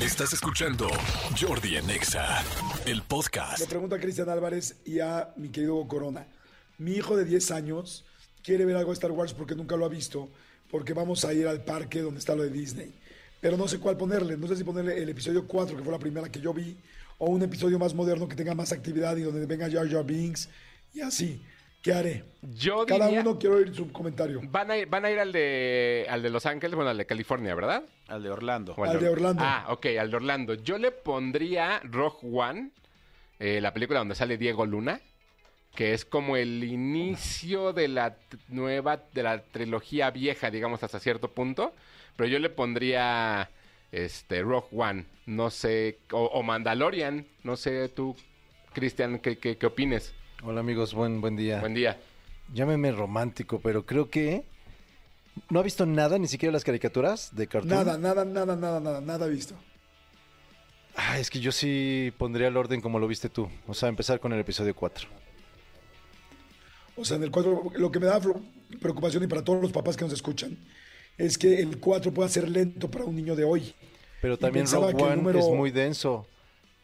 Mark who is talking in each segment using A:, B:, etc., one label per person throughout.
A: Estás escuchando Jordi en Exa, el podcast.
B: Le pregunto a Cristian Álvarez y a mi querido Corona. Mi hijo de 10 años quiere ver algo de Star Wars porque nunca lo ha visto, porque vamos a ir al parque donde está lo de Disney. Pero no sé cuál ponerle. No sé si ponerle el episodio 4, que fue la primera que yo vi, o un episodio más moderno que tenga más actividad y donde venga Jar Jar Binks y así. ¿Qué haré?
C: Yo
B: Cada
C: diría-
B: uno quiero oír su comentario.
C: Van a ir, van a ir al, de, al de Los Ángeles, bueno, al de California, ¿verdad?
D: Al de Orlando.
C: O
B: Al de Orlando.
C: Ah, ok, al de Orlando. Yo le pondría Rogue One, eh, la película donde sale Diego Luna, que es como el inicio de la t- nueva, de la trilogía vieja, digamos, hasta cierto punto. Pero yo le pondría este Rogue One, no sé, o, o Mandalorian, no sé tú, Cristian, ¿qué, qué, qué opines?
E: Hola amigos, buen, buen día.
C: Buen día.
E: Llámeme romántico, pero creo que no ha visto nada, ni siquiera las caricaturas de cartoon.
B: Nada, nada, nada, nada, nada, nada visto.
E: Ah, es que yo sí pondría el orden como lo viste tú. O sea, empezar con el episodio 4.
B: O sea, en el 4, lo que me da flo- preocupación y para todos los papás que nos escuchan, es que el 4 pueda ser lento para un niño de hoy.
E: Pero
B: Y
E: también
B: pensaba
E: Rogue
B: que el
E: One
B: número- Oh,
E: es muy denso.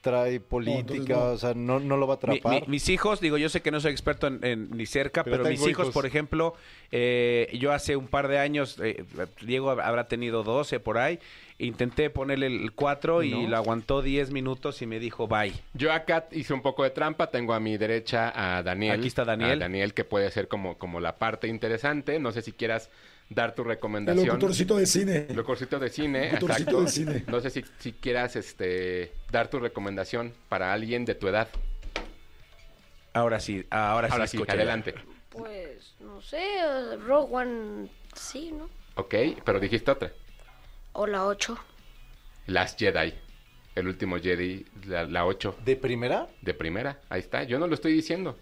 E: Trae
B: entonces
E: política,
B: no.
E: o sea, no, no lo va a
D: Mi-
E: atrapar.
D: mi- mis hijos, digo, yo sé que no soy experto en, en- ni cerca,
C: Pero
D: pero, mis
C: tengo
D: hijos,
C: hijos.
D: por ejemplo, eh, yo hace un par de años, eh, Diego hab- habrá tenido 12 por ahí, intenté ponerle el 4 y lo aguantó 10 minutos y me dijo bye.
C: Yo acá hice un poco de trampa, tengo a mi derecha a Daniel.
D: Aquí está Daniel.
C: A Daniel que puede ser como, como la parte interesante. No sé si quieras dar tu
B: El
C: recomendación.
B: locutorcito de cine.
C: Locutorcito de cine.
B: Locutorcito
C: exacto.
B: de cine.
C: No sé si, si quieras este, dar tu recomendación para alguien de tu edad.
D: Ahora sí, ahora,
C: Ahora
D: sí,
C: sí,
D: escucha.
C: adelante.
F: Pues no sé, eh, Rogue One sí, ¿no?
C: Ok, pero dijiste otra.
F: O la 8.
C: Last Jedi. El último Jedi, la, la 8
E: ¿De primera?
C: de primera. Ahí está. Yo no lo estoy diciendo.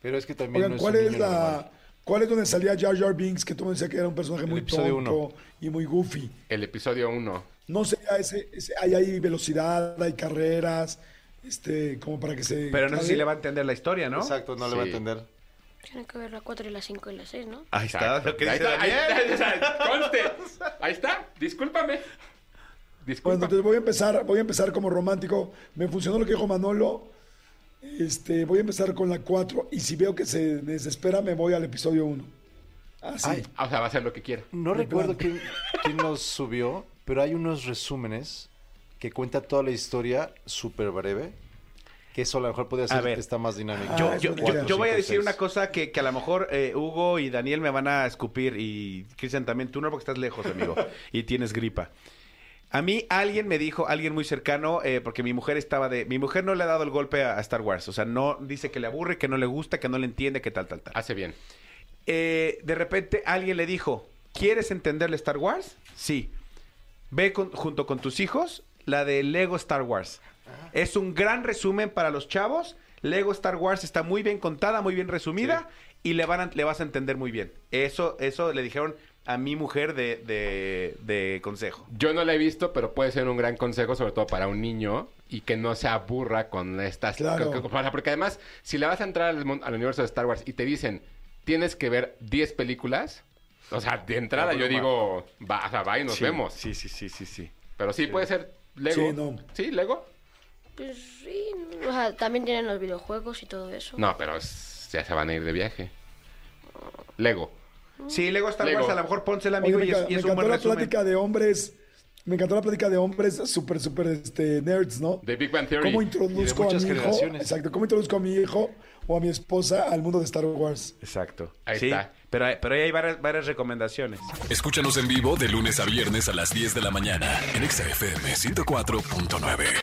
E: Pero es que también
B: Oigan,
E: no es
B: ¿cuál
E: un
B: es
E: niño
B: la
E: normal.
B: cuál es donde salía Jar Jar Binks que todo mundo decía que era un personaje
E: El
B: muy
E: episodio
B: tonto
E: uno.
B: y muy goofy?
C: El episodio 1.
B: No sé, ese, ese- ahí hay velocidad, hay carreras, este, como para que se
D: Pero no sé si
B: clave.
D: le va a entender la historia, ¿no?
E: Exacto, no le va a
C: Sí.
E: entender.
F: Tiene que ver la 4 y la 5 y la 6, ¿no?
D: Ahí está, lo que
C: Ahí
D: dice
C: está, ahí
D: Daniel.
C: está, ahí está, conste. Ahí está, discúlpame.
B: Bueno,
C: Discúlpame.
B: Pues, entonces voy a empezar, voy a empezar como romántico. Me funcionó lo que dijo Manolo. Este, voy a empezar con la 4 y si veo que se desespera me voy al episodio 1. Así.
E: Ay.
C: Ah, O sea, va a hacer lo que quiera.
E: No
B: Mi
E: recuerdo
B: plan.
E: quién, quién nos subió, pero hay unos resúmenes que cuenta toda la historia súper breve. Que eso a lo mejor podría
D: A
E: ser
D: ver.
E: que está más dinámico.
B: Ah,
D: Yo,
B: es
D: yo-
B: buena
D: yo-
B: idea.
D: yo voy a
E: Cinco,
D: decir
E: seis.
D: una cosa que, que a lo mejor eh, Hugo y Daniel me van a escupir y Cristian también, tú no porque estás lejos, amigo, y tienes gripa. A mí alguien me dijo, alguien muy cercano, eh, porque mi mujer estaba de... Mi mujer no le ha dado el golpe a, a Star Wars, o sea, no dice que le aburre, que no le gusta, que no le entiende, que tal, tal, tal.
C: Hace bien.
D: Eh, de repente alguien le dijo, ¿quieres entenderle Star Wars? Sí. Ve con- junto con tus hijos la de Lego Star Wars.
B: Ah.
D: Es un gran resumen para los chavos. Lego Star Wars está muy bien contada, muy bien resumida y le, van a- le vas a entender muy bien. Eso, eso le dijeron a mi mujer de, de- de consejo.
C: Yo no la he visto, pero puede ser un gran consejo, sobre todo para un niño, y que no se aburra con estas
B: Claro.
C: con- con- Porque además, si le vas a entrar al, mun- al universo de Star Wars y te dicen, tienes que ver 10 películas, o sea, de entrada
D: La
C: yo
D: broma.
C: digo, va, o sea, va y nos
D: Sí,
C: vemos.
D: Sí, sí, sí, sí, sí.
C: Pero sí, puede ser Lego.
B: Sí, no.
C: ¿Sí, Lego?
F: Pues sí, ¿no? o sea, también tienen los videojuegos y todo eso.
C: No, pero es- ya se van a ir de viaje. Lego.
D: Sí, Lego Star
C: Lego.
D: Wars, a lo mejor pónsela, amigo,
B: Oye,
D: y
B: me,
D: es,
B: enca-
D: y
B: me
D: es un
B: encantó
D: buen
B: la
D: resumen.
B: plática de hombres. Me encantó la plática de hombres súper, súper este, nerds, ¿no?
C: De Big Bang Theory.
B: ¿Cómo
E: Y de
B: introduzco a mi
E: muchas
B: hijo?
E: generaciones.
B: Exacto, ¿cómo introduzco a mi hijo o a mi esposa al mundo de Star Wars?
D: Exacto.
C: Ahí
D: sí,
C: está.
D: Pero, pero ahí hay varias, varias recomendaciones.
A: Escúchanos en vivo de lunes a viernes a las 10 de la mañana en Exa FM 104.9.